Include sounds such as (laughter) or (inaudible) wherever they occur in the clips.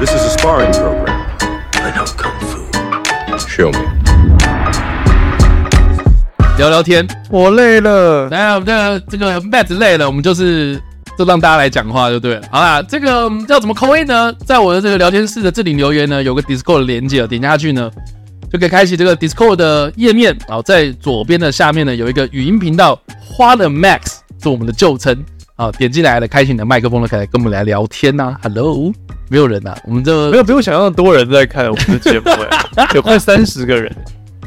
sparring program. I know kung fu. Show me. 聊聊天。我累了，那那这个 Matt 累了，我们就是就让大家来讲话就对了。好啦，这个嗯要怎么扣 A 呢？在我的这个聊天室的置顶留言呢，有个 Discord 的连接，点下去呢就可以开启这个 Discord 的页面。然后在左边的下面呢有一个语音频道“花的 Max”，是我们的旧称。啊，点进来了，开启你的麦克风了，可以来跟我们来聊天呐、Hello，没有人呐、啊我们这没有比我想象的多人在看我们的节目、 (laughs) 欸，有快三十个人，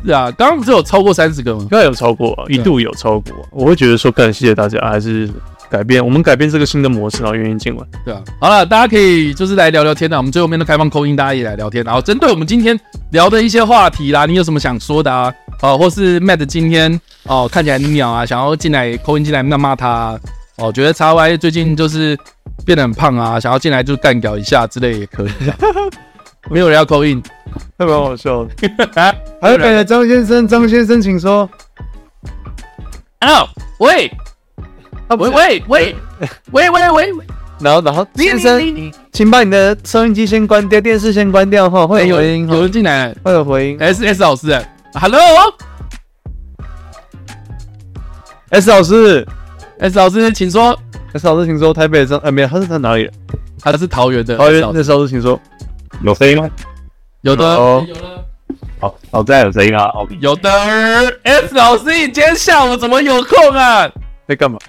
是啊，刚刚不是有超过三十个吗应？该有超过啊，一度有超过啊。我会觉得说，感谢大家，还是改变我们改变这个新的模式，然后愿意进来。对啊，好了，大家可以就是来聊聊天的，我们最后面都开放扣音，大家也来聊天。然后针对我们今天聊的一些话题啦，你有什么想说的啊？哦，或是 Matt 今天哦、看起来很鸟啊，想要进来扣音进来那骂他啊、哦，觉得 X Y 最近就是变得很胖啊，想要进来就干掉一下之类也可以啊。没有人要扣音，太蛮好笑的。还有感谢张先生，张先生请说。哦，喂啊，喂喂喂喂喂喂，喂然后然后你先你生，你请把你的收音机先关掉，电视先关掉哈，哎会有有回音有哈，人进来了会有回音。 ，S S 老师哎，Hello，S S 老师老师，请说， ，S 老师请说，台北张，呃，没有，他是他哪里人？他是桃园的，桃园 S 老师那 S 老师请说。有声音吗？有的。哦，好，好在有声音啊。OK，有的，S 老师，你今天下午怎么有空啊？在干嘛？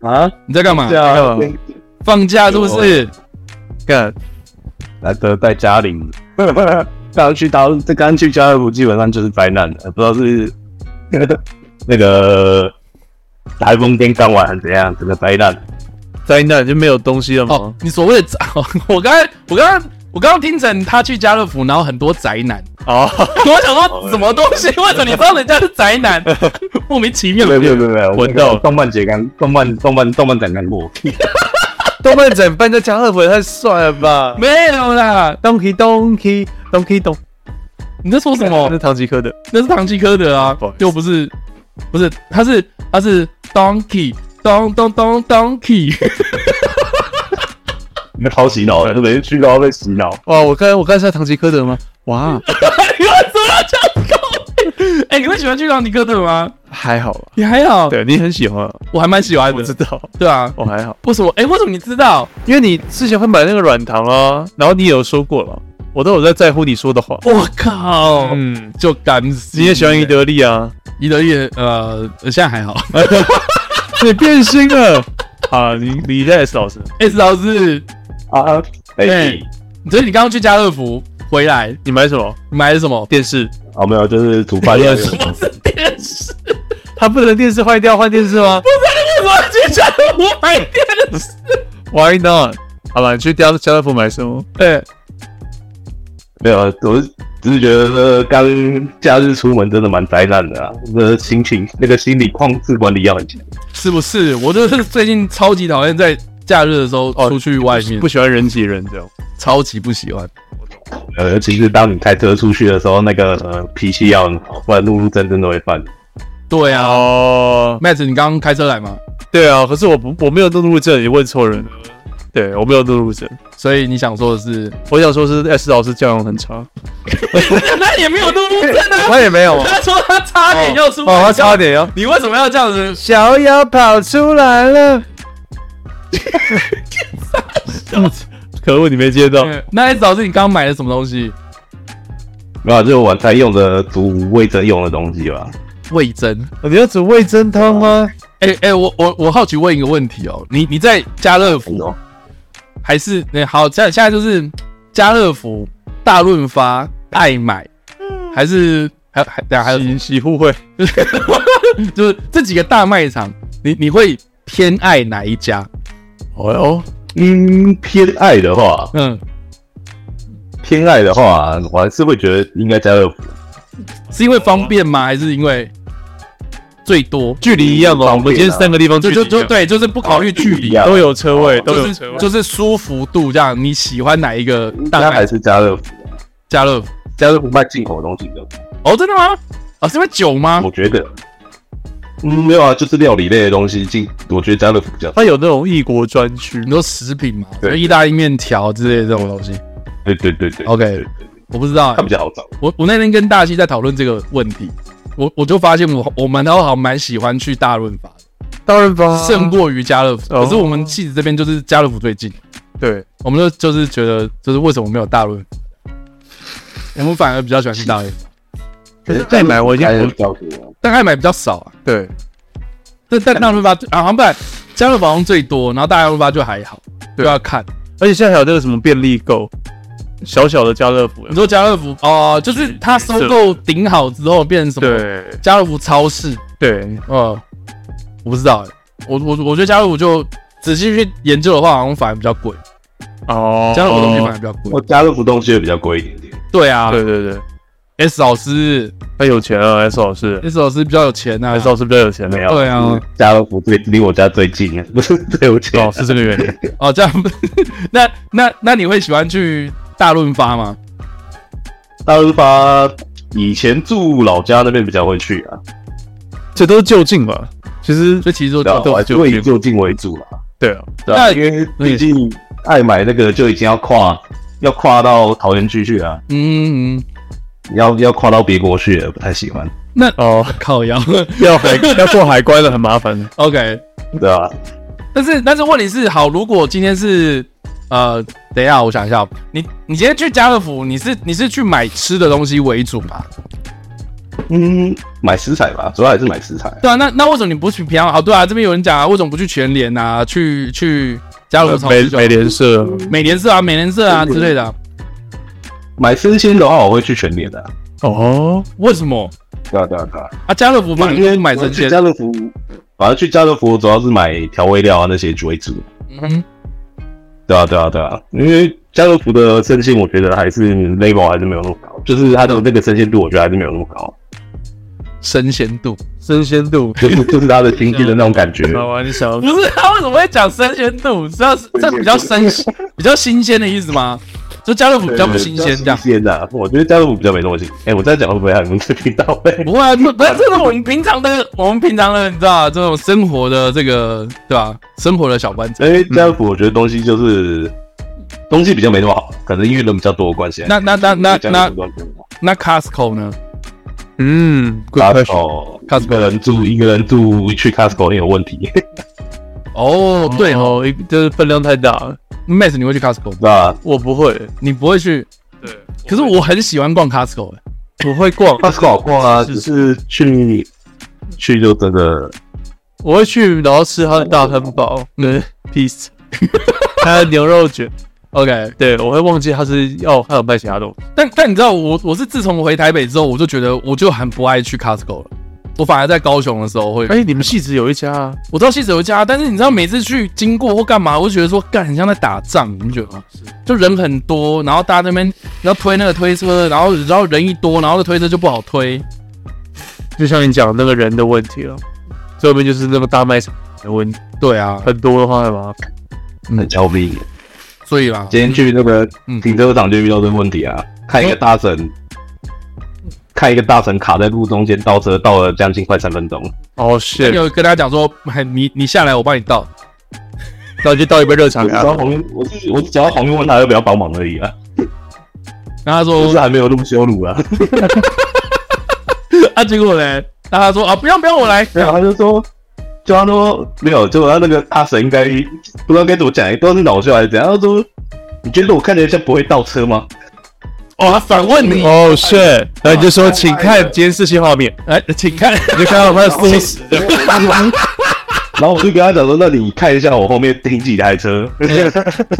啊，你在干嘛对？啊，放假是不是？干难得在家里，不不不，刚去到这刚去家乐福，基本上就是灾难的，不知道 (laughs) 是那个台风天刚完还是怎样，整个灾难。灾难就没有东西了哦吗，？你所谓的宅， (laughs) 我刚才我刚刚我刚刚听成他去家乐福，然后很多宅男， (laughs) 哦，我想说什么东西？为什么你知道人家是宅 (laughs) 男？莫名其妙没。有没有没有没有，我闻到那个动漫节刚动漫动漫动漫展刚 (laughs) 过，动漫展办在家乐福也太帅了吧没有啦， ！Donkey Donkey Donkey Don，你在说什那 (laughs) 么是？唐吉诃德。那是唐吉诃德啊不好意，思又不是，不是，他是他是 Donkey，咚咚咚 Donkey，你们好洗脑的，每次去都要被洗脑。哇，我刚才我刚才是在唐吉诃德吗？哇，你为什么要这样搞？ (laughs) 哎，你会喜欢去唐吉诃德吗？还好吧。你还好，对你很喜欢啊，我还蛮喜欢我知的。道，对啊，我还好，为什么？哎、为什么你知道？因为你之前会买那个软糖啊，然后你也有说过了，我都有在在乎你说的话。我靠，嗯，就感死你也喜欢伊德利啊？ (laughs) 伊德利，呃，现在 (laughs) 还好。你变心了啊？你你在 S 老师， S 哎老师，啊，哎、对所以你刚刚去家乐福回来你买什么买了什么？电视？哦没有，就是煮饭要洗脑。电视。他不能电视坏掉换电视吗为什么要去家乐福买电视？ ？Why not？好了，你去家家乐福买什么？哎、没有，我是只是觉得刚假日出门真的蛮灾难的啊，那心情那个心理控制管理要很强。是不是？我就是最近超级讨厌在假日的时候哦出去外面，不喜欢人挤人这样。超级不喜欢。呃，尤其是当你开车出去的时候，那个、呃、脾气要很好，不然路怒症真的会犯。对啊、哦， m a t 你刚刚开车来吗？对啊，可是我不我没有怒路症，你问错人了。对我没有怒路症，所以你想说的是，我想说是 S 老师教养很差， (laughs) 那也没有路怒症啊。 (laughs) (laughs) 他也没有啊，他说他差点要出 (laughs) 哦，他差点要你为什么要这样子？小妖跑出来了， (laughs) 可恶，你没接到，哦那 S 老师，你刚刚买了什么东西？没有啊，就是晚餐用的煮味噌用的东西吧。味增。哦你要煮味噌汤吗？哎、哎、我我我好奇问一个问题哦，你你在家乐福哦，还是那、好？现在现在就是家乐福、大润发、爱买，还是还还等下还有洗洗护会， (laughs) 就是这几个大卖场，你你会偏爱哪一家？哦哦，嗯，偏爱的话，嗯，偏爱的话，我还是会觉得应该家乐福。是因为方便吗？还是因为最多？啊距离一样哦，我方便啊们今天三个地方距就就离一就样对，就是不考虑距离，啊都有车位，都就有是车位，就是舒服度这样。你喜欢哪一个大但还卖是家乐福，啊家乐福？家乐福卖进口东西的，哦，真的吗？啊，是因为酒吗？我觉得。嗯，没有啊，就是料理类的东西进，我觉得家乐福比较。它有那种异国专区你，说食品嘛，对就意大利面条之类的这种东西。对对对对 OK 对对对我不知道、它比较好找。我我那天跟大西在讨论这个问题，我我就发现我我们都好像蛮喜欢去大润发的，当然吧，胜过于家乐福。哦可是我们戏子这边就是家乐福最近，对，我们就就是觉得就是为什么没有大润发？我们反而比较喜欢去大润发，可呃是再买我已经还有不照顾啊，但爱买比较少啊。对，但但大润发啊，好像不然家乐福好像最多，然后大润发就还好，就对要看。而且现在还有这个什么便利购，小小的家乐福你，说家乐福哦、就是他收购顶好之后变成什么？对家乐福超市，对，呃，我不知道、欸，我我我觉得家乐福就仔细去研究的话，好像反而比较贵，哦，家乐福东西反而比较贵。我家乐福东西会比较贵一点点。对啊对对对， ，S 老师他有钱啊，S 老师，S 老师比较有钱啊，S 老师比较有钱没的，有，对啊，家乐福最离我家最近啊，不 (laughs) 是最有钱哦，。是这个原 (laughs) 因。哦，这样，那那那你会喜欢去大润发吗？大润发以前住老家那边比较会去啊，这都是就近吧？其实所以其实就对啊，哦就我还是会以就近为主啦。对啊，对啊，那因为毕竟爱买那个就已经要跨要跨到桃园区去啊，嗯，嗯嗯要要跨到别国去了，不太喜欢，哦，靠腰 (laughs) 要海要过海关的很麻烦的。 ，OK。对啊，但是但是问题是，好，如果今天是呃，等一下，我想一下，你你今天去家乐福，你是你是去买吃的东西为主嘛？嗯，买食材吧，主要还是买食材。对啊，那那为什么你不去平安？哦，对啊，这边有人讲啊，为什么不去全联啊？去去家乐福超美市就好美联社美联社啊，美联社啊之类的啊、买生鲜的话，我会去全联的啊、哦，为什么对啊，对啊，对啊。啊？家乐福买因为买生去鲜，家乐福，反正去家乐福主要是买调味料啊那些为主。嗯，对啊，对啊，对啊，因为家乐福的生鲜，我觉得还是 label 还是没有那么高，就是它的那个生鲜度，我觉得还是没有那么高，生鲜度生鲜度。就是就是它的新鲜的那种感觉。好啊，你想不是他为什么会讲生鲜度？是要这比较 (laughs) 生比较新鲜的意思吗？就家乐 (laughs) 福比较不新鲜 (laughs) 这样。新鲜的啊、我觉得家乐福比较没东西。哎、我这样讲会不会很吃频道位？不会啊，这不是这是我们平常的，我们平常的，你知道这种生活的这个，对吧、生活的小班子。 (laughs) 因为家乐福，我觉得东西就是、东西比较没那么好，可能因为人比较多的关系。啊那那那那家乐那福比较没么好那 Costco 呢？嗯，good question， Costco，一个人住一个人住去 Costco 很有问题， (laughs) 哦，对哦哦，一就是分量太大了， ，Max 你会去 Costco 吗？对吧我不会。你不会去，对，可是我很喜欢逛 Costco，、欸、我 (laughs) 会 (laughs) 逛， ？Costco 好逛啊，是只是去去就真的我会去，然后吃他的大汉堡，嗯，peace，他的牛肉卷。 OK，对，我会忘记他是要还有卖其他东西。但但你知道我我是自从回台北之后，我就觉得我就很不爱去 Costco 了。我反而在高雄的时候会，哎、你们戏子有一家啊？我知道西子有一家，但是你知道每次去经过或干嘛，我就觉得说干很像在打仗，你们觉得吗？就人很多，然后大家在那边然后推那个推车，然后然后人一多，然后这推车就不好推。就像你讲那个人的问题了，最后面就是那个大卖场的问题，对啊，很多的话很麻烦。很焦虑。所以啦，今天去那个嗯停车场就遇到这个问题啊，看一个大神，看一个大神卡在路中间倒车，倒了将近快三分钟。哦、是，有跟大家讲说，哎你你下来，我帮你倒。那我就倒一杯热茶我给只他要。旁边，我是我只要旁边问他要不要帮忙而已啊，然后他就是说还没有那么羞辱啊。啊，结果嘞，然后他说啊，不用不用，我来。没有，他就说，就他说没有，就他那个大神应该不知道该怎么讲，不知道是恼羞还是怎样。他说，你觉得我看起来像不会倒车吗？哦，他反问你，哦是，然后你就说，请看监视器画面，来，请看，你哎就看到他缩死。 (laughs) 然后我就跟他讲说，那你看一下我后面停几台车， (laughs)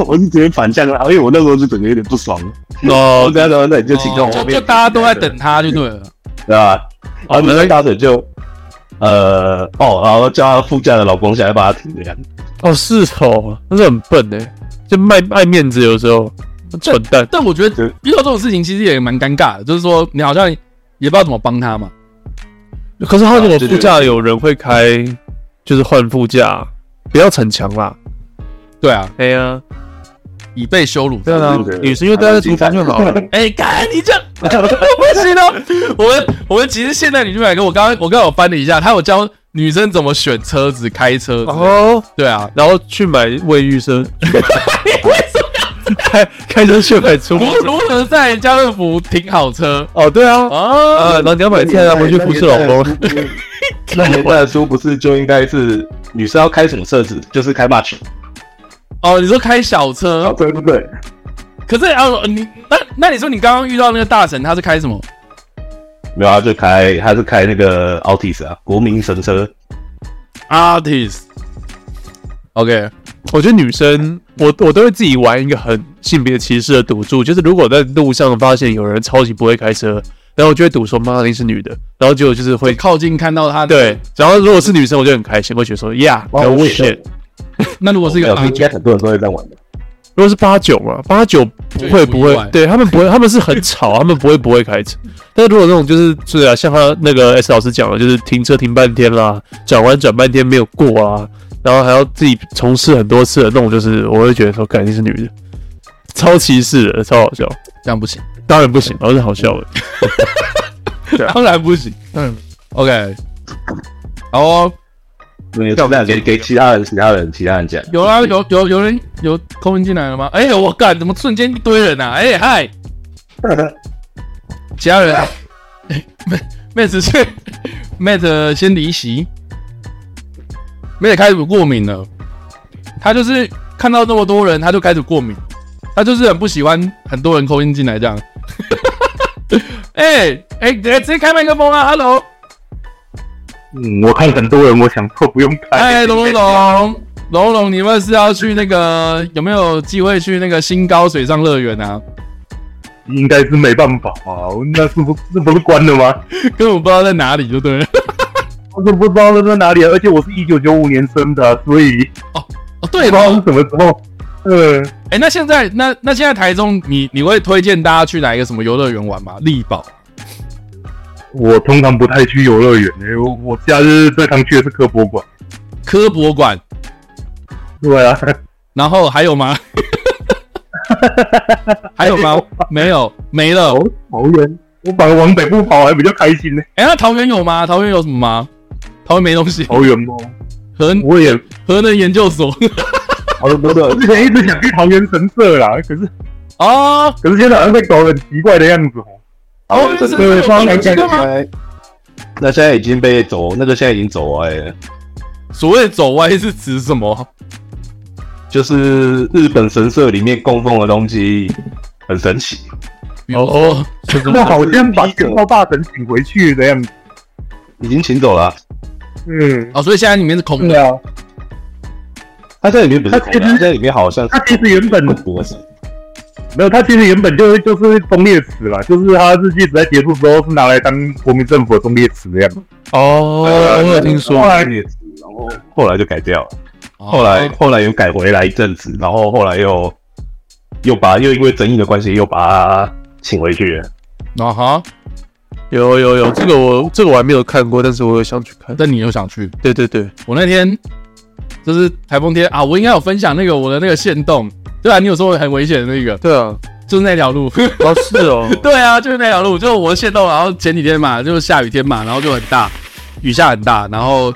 我是直接反向他，啊因为我那时候就整个有点不爽。我哦跟他讲说，那你就请看我后哦就就面、大家都在等，他就对 (laughs) 了。对吧？然后那个大婶就。呃，哦，然后叫他副驾的老公下来帮他停这样， (laughs) 哦是哦，那是很笨哎，就卖卖面子有时候，蠢蛋。但我觉得遇到这种事情其实也蛮尴尬的，就是说你好像也不知道怎么帮他嘛。可是他如果副驾有人会开，就是换副驾，不要逞强啦。对啊，哎呀，以被羞辱。对啊，女生就待在厨房就好了。哎、干你这样不行哦！我们我们其实现在女买跟我刚刚我刚刚有翻了一下，他有教女生怎么选车子、开车子。 (laughs) 哦，对啊， (laughs) 然后去买卫浴生，你为什么要这样？开开车去买出如如何在家乐福停好车？哦，对啊，哦，呃，老娘买菜啊，回去服侍老公。那年代的书不是就应该是女生要开什么车子，就是开 March，哦，你说开小车，对不对？可是啊，你那那你说你刚刚遇到那个大神，他是开什么？没有，他就开，他是开那个 Altis 啊，国民神车。 (laughs) artist。OK，我觉得女生，我我都会自己玩一个很性别歧视的赌注，就是如果在路上发现有人超级不会开车，然后我就会赌说妈一定是女的，然后结果就是会靠近看到他，对，然后如果是女生我就很开心，会觉得说 yeah，哇我我也是。那如果是一没个有，啊应该很多人都会这样玩的。如果是八九嘛，八九不会就也不不意会外，对他们 (laughs) 不会，他们是很吵，他们不会不会开车。但如果那种就是是啊，像他那个 S 老师讲的，就是停车停半天啦，转弯转半天没有过啊，然后还要自己重试很多次的那种，就是我会觉得说，肯定是女的，超歧视的，超好笑。这样不行，当然不行，老是好笑的。当然不行，当然不行 OK，好哦，对，要不然给给其他人、其他人、其他人讲。有啦，啊有有有人有扣音进来了吗？哎、我干，怎么瞬间一堆人啊？哎、嗨，其他人、啊，妹妹子是妹子先离席，妹子开始过敏了，她就是看到这么多人，她就开始过敏，她就是很不喜欢很多人扣音进来这样。 (laughs) 哎哎、直接开麦克风啊，Hello，嗯，我看很多人，我想说不用看。哎，龙龙龙龙龙，你们是要去那个有没有机会去那个新高水上乐园啊？应该是没办法啊，那是不 (laughs) 是不是关了吗？根本不知道在哪里，就对了。我都不知道在哪里、啊，而且我是一九九五年生的啊、所以哦，不对知道是了，什么时候。呃，哎、那现在那那现在台中你，你会推荐大家去哪一个什么游乐园玩吗？力宝我通常不太去游乐园诶，我我假日最常去的是科博馆。科博馆，对啊，然后还有吗？还有吗？没有，没了桃。桃园，我反而往北部跑还比较开心呢、哎、那桃园有吗？桃园有什么吗？桃园没东西。桃园吗？核我也核能研究所好了，多我的之前一直想去桃园神社啦，可是哦，可是现在好像在搞得很奇怪的样子哦。桃园神对社有帮东人西家吗？那现在已经被走，那个现在已经走歪了，所谓的走歪是指什么？就是日本神社里面供奉的东西很神奇。比如说，那好像把九号大神请回去的样子。已经请走了啊、嗯， (laughs) 哦，所以现在里面是空的。啊，他在里面不是他空其的，实他在里面好像他其实原本很多是没有，他其实原本就就是忠烈祠啦，就是他日记时代结束之后是拿来当国民政府的忠烈祠的样子。哦，我有听说后，来然后后来就改掉了，哦后来后来又改回来一阵子，然后后来又又把又因为争议的关系又把他请回去了。啊哈，有有有，这个我这个我还没有看过，但是我有想去看。但你又想去？对对对，我那天就是台风天啊，我应该有分享那个我的那个线动，对啊，你有说很危险的那个，对啊，就是那条路。 (laughs) 哦是哦，对啊，就是那条路，就是我的线动。然后前几天嘛，就是下雨天嘛，然后就很大，雨下很大，然后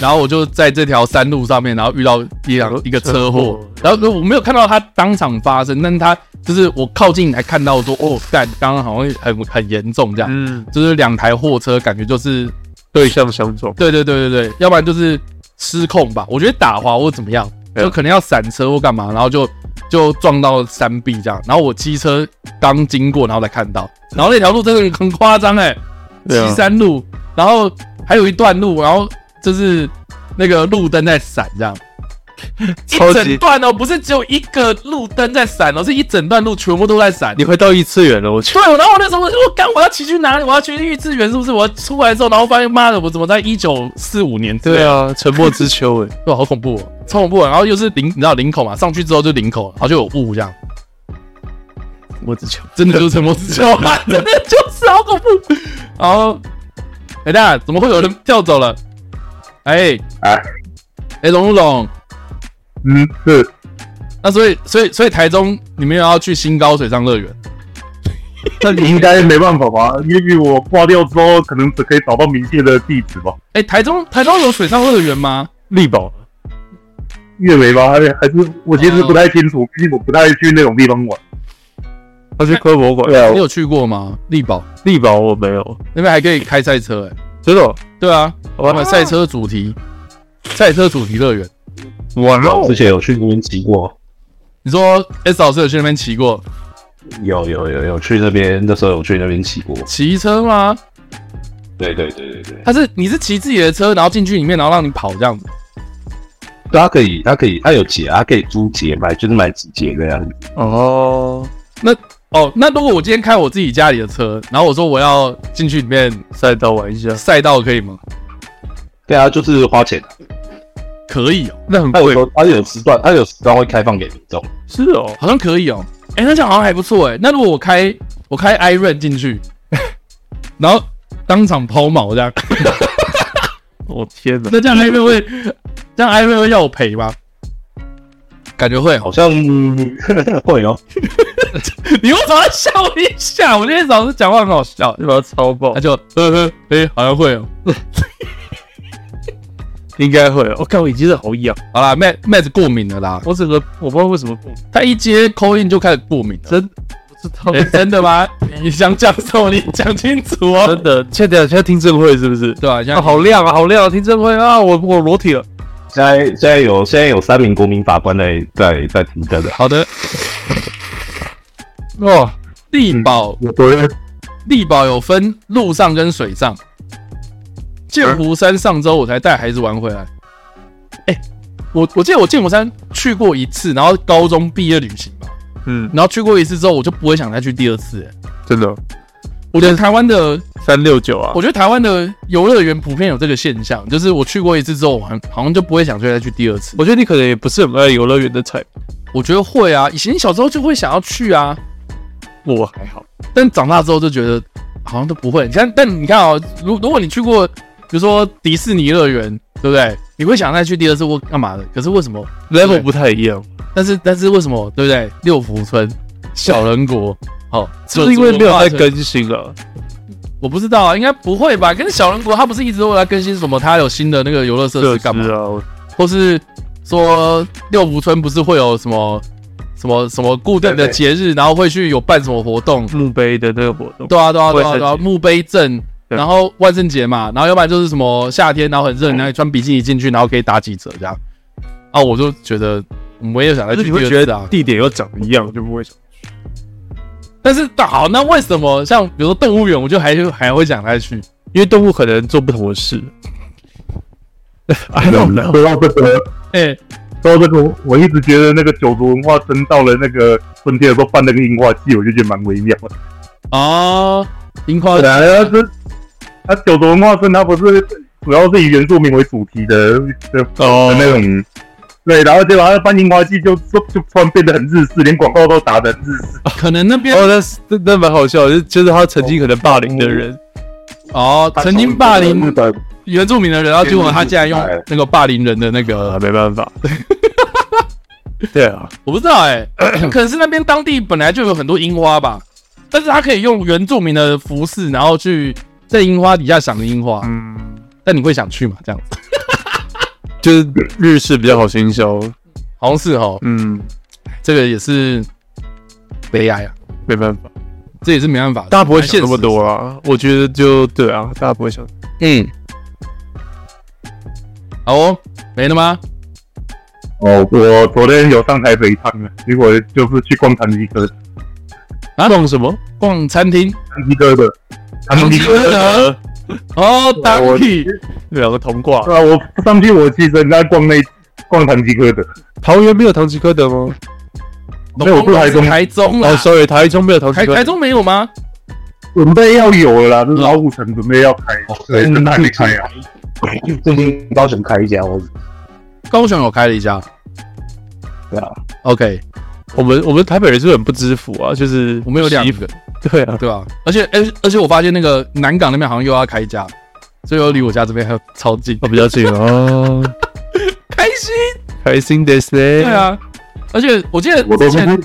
然后我就在这条山路上面，然后遇到一辆车一个车车祸祸，然后我没有看到他当场发生，但是他就是我靠近来看到说，哦，干，刚刚好像很很严重这样，嗯，就是两台货车感觉就是对象相撞，对对对对对，要不然就是失控吧。我觉得打滑或怎么样，对啊就可能要闪车或干嘛，然后就就撞到山壁这样。然后我机车刚经过，然后才看到。然后那条路真的很夸张哎，对啊骑山路，然后还有一段路，然后就是那个路灯在闪这样。一超级整段哦，不是只有一个路灯在闪哦，是一整段路全部都在闪。你快到异次元了，我去。对，然后我那时候我就说，干，我要骑去哪里？我要去玉智园是不是？我要出来之后，然后发现妈的，我怎么在一九四五年？对，啊，沉默之秋哎，哇，好恐怖、哦，超恐怖的。然后又是领，你知道领口嘛？上去之后就领口，然后就有雾这样，沉默之秋，真的就是 (laughs) 沉默之丘，啊真的就是好恐怖。然后，哎、大家怎么会有人跳走了？哎、啊，哎，龙龙，嗯，是那所以所以所以台中你们有要去新高水上乐园？那你应该没办法吧？也许我挂掉之后，可能只可以找到明确的地址吧。哎、台中台中有水上乐园吗？力宝月尾吧，还是还是我其实不太清楚，毕竟我不太去那种地方玩。他去科博馆，对啊你，有去过吗？力宝力宝我没有，那边还可以开赛车哎、真的哦，对啊，哇我哦们赛车主题，赛车主题乐园。哇我之前有去那边骑过，你说 S 老师有去那边骑过有有有有去那边，那时候有去那边骑过。骑车吗？对对对对对，他是你是骑自己的车，然后进去里面，然后让你跑这样子。啊他可以，他可以，他有节，他可以租节买，就是买几节这样子。哦，那哦，那如果我今天开我自己家里的车，然后我说我要进去里面赛道玩一下，赛道，可以吗？对啊，就是花钱的。可以哦，那很他有贵时，候他有时段，他有时段会开放给民众。是哦，好像可以哦。哎、那这样好像还不错哎。那如果我开我开 i r o n 进去，然后当场抛锚这样， (laughs) 我天哪，那这样 i r o n (laughs) 会这样 i r o n 会要我赔吗？感觉会哦。好像 (laughs) 会哦，你为什么要笑一下？我今天早上讲话很好笑，这把它超爆他，就呵呵，哎、好像会哦。应该会哦，我看我已经是好痒，好啦 m a t Matt 过敏了啦，我整个我不知道为什么他一接 call in 就开始过敏了。真不知道诶真的吗？你想讲什么？你讲清楚哦。真的，现在现在听证会是不是？对吧、啊？现在啊，好亮啊，好亮啊！听证会啊，我我裸体了，现在现在有现在有三名国民法官在在在听着的，好的，哦，力宝我昨天力宝有分陆上跟水上。剑湖山上周我才带孩子玩回来。哎、我我记得我剑湖山去过一次，然后高中毕业旅行嘛，嗯，然后去过一次之后，我就不会想再去第二次、哎真的哦我觉得台湾的三六九啊我，觉得台湾的游乐园普遍有这个现象，就是我去过一次之后，我很好像就不会想去再去第二次。我觉得你可能也不是很爱游乐园的菜，我觉得会啊，以前小时候就会想要去啊，我还好，但长大之后就觉得好像都不会。你看，但你看哦，如如果你去过，比如说迪士尼乐园，对不对？你会想再去第二次或干嘛的？可是为什么？ level 不太一样，但是但是为什么？对不对？六福村、小人 (laughs) 国，哦，是不是因为没有在跟？更新了？我不知道啊，应该不会吧？跟小人国，它不是一直都有在更新什么？它有新的那个游乐设施干嘛？是啊，我或是说六福村不是会有什么什么什么固定的节日，然后会去有办什么活动？墓碑的那个活动，对啊，对啊，对啊，万圣节对啊，墓碑镇，对然后万圣节嘛，然后要不然就是什么夏天，然后很热，然后你穿比基尼进去，然后可以打几折这样。啊，我就觉得我也想再但去是你第会二觉次得啊。地点又长得一样，就不会想。但是那好，那为什么像比如说动物园，我就还 (laughs) 还会想再去？因为动物可能做不同的事。I don't (laughs) know，说到这个，哎、说到这个，我我一直觉得那个九族文化村到了那个春天的时候办那个樱花季，我就觉得蛮微妙的。哦，樱花本啊来它是它九族文化村，它不是主要是以原住民为主题的的哦的那种。对，然后结果他办樱花季就就就突然变得很日式，连广告都打的很日式。可能那边哦，那是那那蛮好笑的，就是就是他曾经可能霸凌的人，哦曾经霸凌日本原住民的人，然后结果他竟然用那个霸凌人的那啊，个，没办法。对啊，我不知道 (coughs) 哎、可能是那边当地本来就有很多樱花吧，但是他可以用原住民的服饰，然后去在樱花底下赏樱花。嗯，但你会想去吗？这样子 (laughs) 就是日式比较好行销。好像是哦，嗯，这个也是悲哀啊，没办法，这也是没办法，大家不会想现那么多啊。我觉得就对啊，大家不会想。嗯，好哦，没了吗？哦，我昨天有上台北一趟啊，结果就是去逛唐吉诃德，啊逛什么？逛餐厅唐吉诃德，唐吉诃德。德 (laughs) 哦，当地两个同挂。对啊，我上去我其实呃人家逛那逛唐吉诃德，桃园没有唐吉诃德吗？没有我住台中台中啦哦，sorry，台中没有唐吉台诃台德。中没有吗？准备要有了啦，这老虎城准备要开，对，真的还没开啊。最近高雄开一家，我高雄有开了一家。对啊。 OK，我们我们台北人是不是很不知福啊，就是我们有两洗衣服个，对啊，对吧、而且，而而且我发现那个南港那边好像又要开一家，所以又离我家这边还有超近，我比较近 (laughs) 哦，开心。开心的是。对对，啊，而且我记得我之都不前，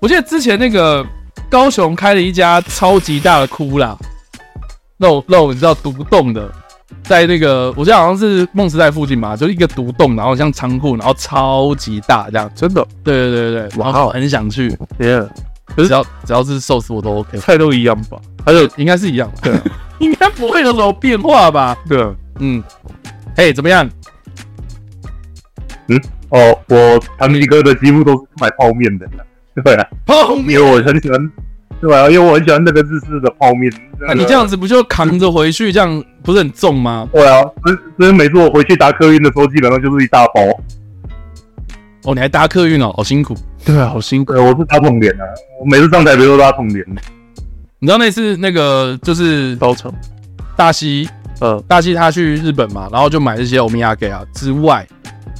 我记得之前那个高雄开了一家超级大的窟啦，那种那种你知道独栋的，在那个我记得好像是梦时代附近吧，就是一个独栋，然后像仓库，然后超级大这样。真的，对对对对，然哇哦后很想去，耶，只要只要是寿司我都 (laughs) OK，啊菜都一样吧？还有应该是一样吧， (laughs) 应该不会有什么变化吧？对啊，嗯，嘿，怎么样？哦，我堂吉诃德几乎都是买泡面的，呃对啊，砰！因为我很喜欢，对啊，因为我很喜欢那个日式的泡面。那啊你这样子不就扛着回去，这样不是很重吗？对啊，所以所以每次我回去搭客运的时候，基本上就是一大包。哦，你还搭客运哦，好辛苦。对啊，好辛苦。对，我是搭桶脸啊，我每次上台北都搭桶脸。你知道那次那个就是包场，大西，嗯，大西他去日本嘛，然后就买这些欧米亚给啊之外，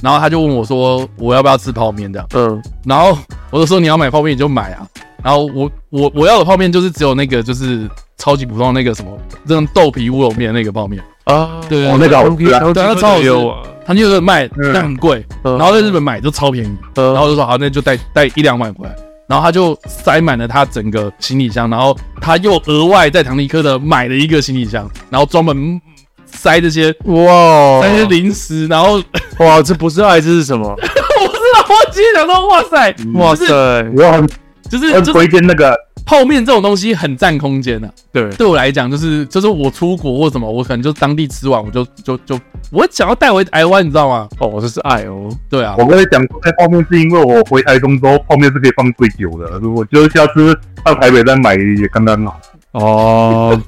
然后他就问我说我要不要吃泡面这样，嗯，然后我就说你要买泡面你就买啊，然后我我我要的泡面就是只有那个就是超级普通的那个什么，这种豆皮乌龙面那个泡面，啊，对哦那个好吃啊对啊那那超好吃啊。他就是卖嗯但很贵，嗯然后在日本买就超便宜，呃然后我就说好那就带带一两碗回来。然后他就塞满了他整个行李箱，然后他又额外在唐尼科的买了一个行李箱，然后专门塞这些哇，那些零食，然后 (laughs) 我不哇，这不是爱，这是什么？知道，我今天想说，哇塞，哇就塞是，我很就是很就是推荐那个，泡面这种东西很占空间的、啊对，对我来讲，就是就是我出国或什么，我可能就当地吃完，我就就就我想要带回台湾，你知道吗？哦，这是爱哦，对啊，我跟你讲，说在泡面是因为我回台中之后，泡面是可以放最久的。如果就是下次上台北再买也刚刚好。哦，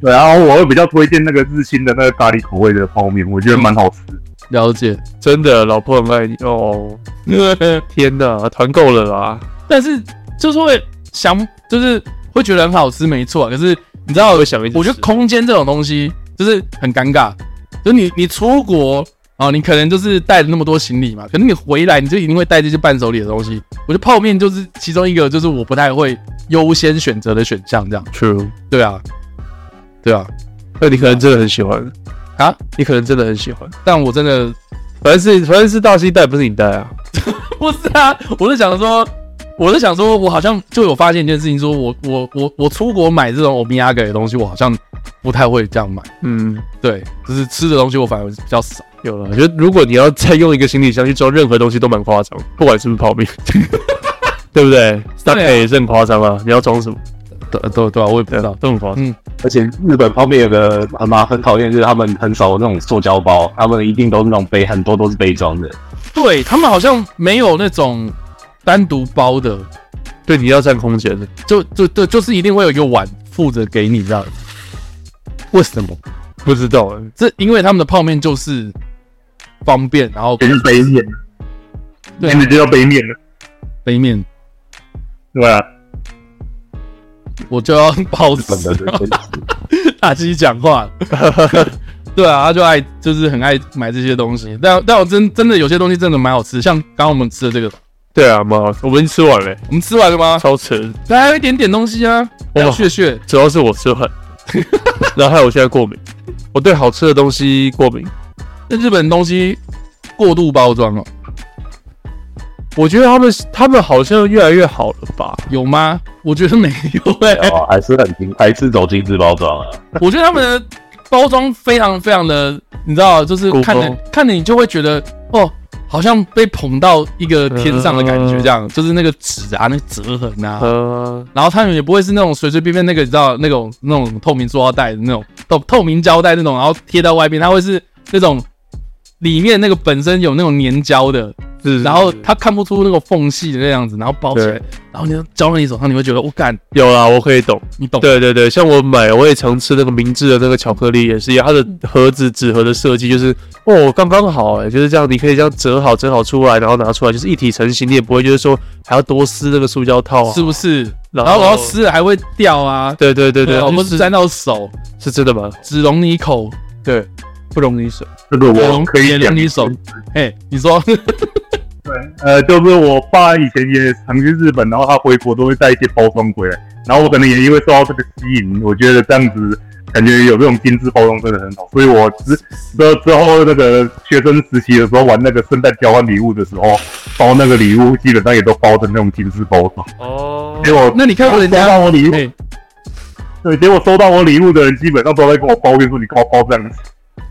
对，然后我会比较推荐那个日清的那个咖喱口味的泡面，我觉得蛮好吃。了 (laughs) 解。真的，老婆很爱你哦，天哪，团购了啦，但是就是会想，就是会觉得很好吃，没错啊。可是你知道，会想一直吃我觉得空间这种东西就是很尴尬，就是你你出国啊，你可能就是带了那么多行李嘛，可是你回来你就一定会带这些伴手礼的东西。我觉得泡面就是其中一个，就是我不太会优先选择的选项，这样。 ，True，对啊，对啊，那你可能真的很喜欢啊，你可能真的很喜欢，但我真的反正是反正是大西带，不是你带啊， (laughs) 不是啊，我是想说。我是想说，我好像就有发现一件事情，说我我我我出国买这种欧米亚给的东西，我好像不太会这样买。嗯，对，就是吃的东西我反而比较少。有了，就如果你要再用一个行李箱去装任何东西，都蛮夸张，不管是不是泡面， (laughs) 对不对对啊 s 也是很夸张啊，你要装什么？对对对啊，我也不对知啊道，。都很夸张。而且日本泡面有个很麻很讨厌，就是他们很少有那种塑胶包，他们一定都是那种杯，很多都是杯装的。对他们好像没有那种单独包的，对，你要占空间的，就就对，就是一定会有一个碗负责给你这样。为什么？不知道哎、这因为他们的泡面就是方便，然后也是杯面，对啊名字就叫杯面了，杯面对啊吧、我就要包日本的死这些大鸡讲 (laughs) 话。对啊，他就爱就是很爱买这些东西，但但我真真的有些东西真的蛮好吃，像刚刚我们吃的这个，对啊，蛮好，我们已经吃完了、我们吃完了吗？超扯，还有一点点东西哦啊，还有哇血血，主要是我吃很， (laughs) 然后还有我现在过敏，我对好吃的东西过敏。那日本东西过度包装哦，我觉得他们他们好像越来越好了吧？有吗？我觉得没 (laughs) 有哎、哦，还是很精，还是走精致包装啊。我觉得他们的包装非常非常的，你知道，就是古风看着看着你就会觉得哦，好像被捧到一个天上的感嗯觉，这样、就是那个纸啊，那个折痕啊。呃，然后他们也不会是那种随随便便那个，你知道那种那种透明塑料袋的那种透透明胶带那种，然后贴到外面，它会是那种里面那个本身有那种粘胶的，是，然后它看不出那个缝隙的那样子，然后包起来对，然后你就交到你手上，你会觉得我干、有啦，我可以懂。你懂？，对对对，像我买，我也常吃那个明治的那个巧克力，也是一样，它的盒子纸盒的设计就是哦，刚刚好哎、就是这样，你可以这样折好折好出来，然后拿出来，就是一体成型，你也不会就是说还要多撕那个塑胶套啊。是不是？然然后后然后撕了还会掉啊，对对对对，我们就是沾到手，是真的蛮好，只容你口，对，不容易舍。这个也我容可以也讲容你手。哎，你说 (laughs) 呃，就是我爸以前也常去日本，然后他回国都会带一些包装回来，然后我可能也因为受到这个吸引，我觉得这样子感觉有这种精致包装真的很好，所以我之之之后那个学生时期的时候玩那个圣诞交换礼物的时候，包那个礼物基本上也都包的那种精致包装，哦结果那你看过人收家到我礼物，哎，对，结果收到我礼物的人基本上都在跟我抱怨说你干嘛包这样子。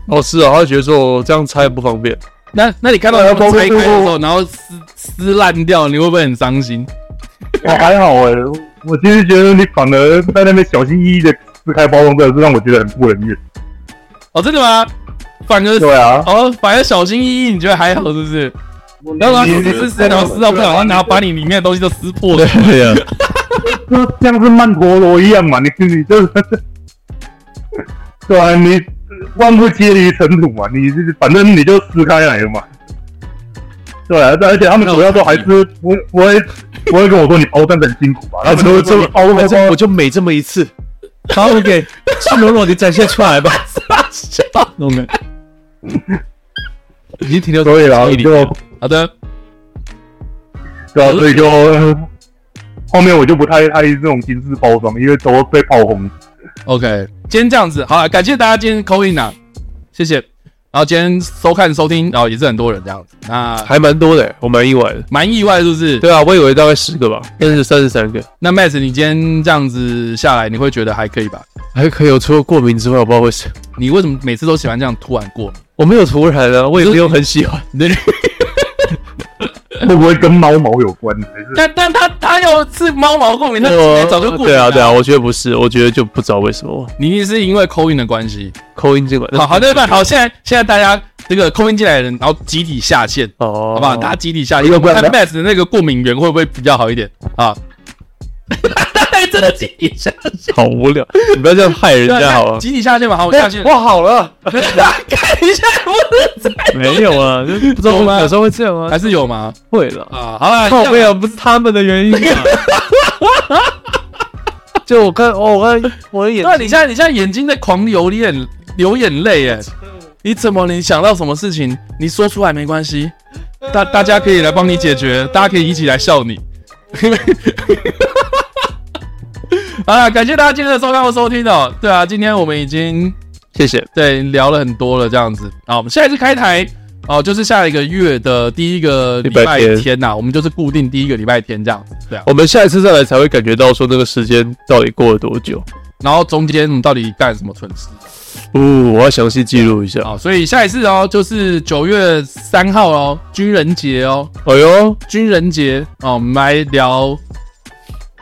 哦，是啊，他会觉得说我这样拆不方便。那那你看到他们拆开的时候，然后撕撕烂掉，你会不会很伤心？我还好哎、我其实觉得你反而在那边小心翼翼的撕开包装，真的是让我觉得很不人愿。哦，真的吗？反而对啊，哦，反而小心翼翼，你觉得还好是不是？然后他撕撕撕，然后撕到不小心，然后把你里面的东西都撕破了。 (laughs) 啊对啊呀、就像是曼陀罗一样嘛，你你就是对啊，你万不皆于尘土嘛，你就是反正你就撕开来了嘛。对啊，而且他们主要都还是不不会不会跟我说你包真的很辛苦吧，他们都会这么包包反正包我就每这么一 (laughs) 次，把我给赤裸裸的展现出 (laughs) 来吧。啊弄的，已经停留所以啦，记忆里啊就好的，对啊，所以就后面我就不太太这种精致包装，因为都被炮轰。 OK，今天这样子，好了，啊感谢大家今天 call in 啊，谢谢。然后今天收看收听，然后也是很多人这样子，那还蛮多的，我蛮意外的。蛮意外是不是？。对啊，我以为大概十个吧，但是三十三个，那 Max，你今天这样子下来，你会觉得还可以吧？还可以。我除了过敏之外，我不知道为什么你为什么每次都喜欢这样突然过敏？我没有突然啊，我也没有很喜欢。你的会不会跟猫毛有关？还是但但他他要是猫毛过敏，他我早就过敏对啊，对啊，啊，我觉得不是，我觉得就不知道为什么你一定是因为扣印的关系。扣音进来。好好，对吧？好，现在现在大家这个扣印进来的人，然后集体下线，哦，好不好？大家集体下线，要我不然看 Max 的那个过敏源会不会比较好一点啊？真的集体下线，好无聊，你不要这样害人对家啊好吗？集体下线吧，好，我下线。我好了，看一下，我是没有啊，就不知道有吗有时候会这样还啊，是有吗？会了。啊，好了，靠背啊，不是他们的原因啊。就我看，哦，我看我的眼对啊，你现在你现在眼睛在狂流眼流眼泪哎，你怎么你想到什么事情，你说出来没关系，大大家可以来帮你解决，大家可以一起来笑你。 (laughs) 好了，感谢大家今天的收看和收听哦。对啊，今天我们已经谢谢，对聊了很多了，这样子啊，我们下一次开台哦，就是下一个月的第一个礼礼拜拜天哦天呐、我们就是固定第一个礼拜天这样子，对啊。我们下一次再来才会感觉到说那个时间到底过了多久。然后中间我们到底干了什么蠢事？哦，我要详细记录一下。好，所以下一次哦，就是九月三号哦，军人节哦，哎呦，军人节哦，我们来聊，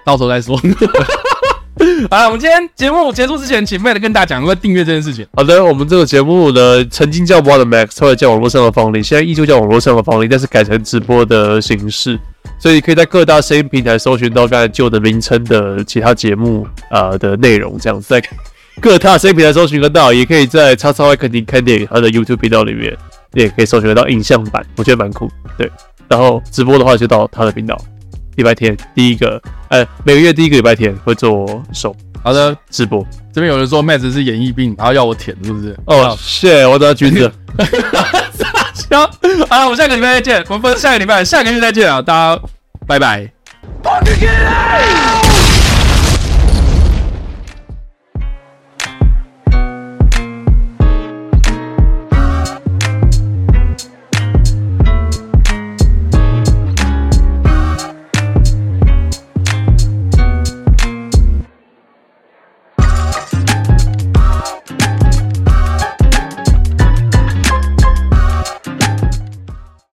到时候再说。 (laughs) 好了，我们今天节目结束之前，请妹的跟大家讲一下订阅这件事情。好的，我们这个节目呢，曾经叫 What Max，后来叫网络上的方林，现在依旧叫网络上的方林，但是改成直播的形式，所以可以在各大声音平台搜寻到刚才旧的名称的其他节目呃的内容，这样子在各大声音平台搜寻得到，也可以在叉叉 Y 肯定看电影它的 YouTube 频道里面，你也可以搜寻得到影像版，我觉得蛮酷。对，然后直播的话就到他的频道，礼拜天第一个，呃，每个月第一个礼拜天会做首好的，直播。这边有人说妹子是演疫病，然后要我舔，是不是？ (laughs) 哦，谢，我的橘子。行，好了，我们下个礼拜再见，我们不是下个礼拜，下个月再见啊，大家拜拜。 Fucking get out!